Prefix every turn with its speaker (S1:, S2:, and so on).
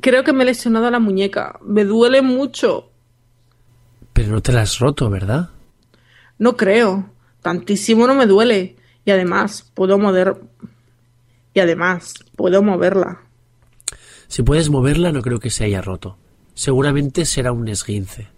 S1: Creo que me he lesionado la muñeca. Me duele mucho.
S2: Pero no te la has roto, ¿verdad?
S1: No creo. Tantísimo no me duele. Y además, puedo mover. Y además, puedo moverla.
S2: Si puedes moverla, no creo que se haya roto. Seguramente será un esguince.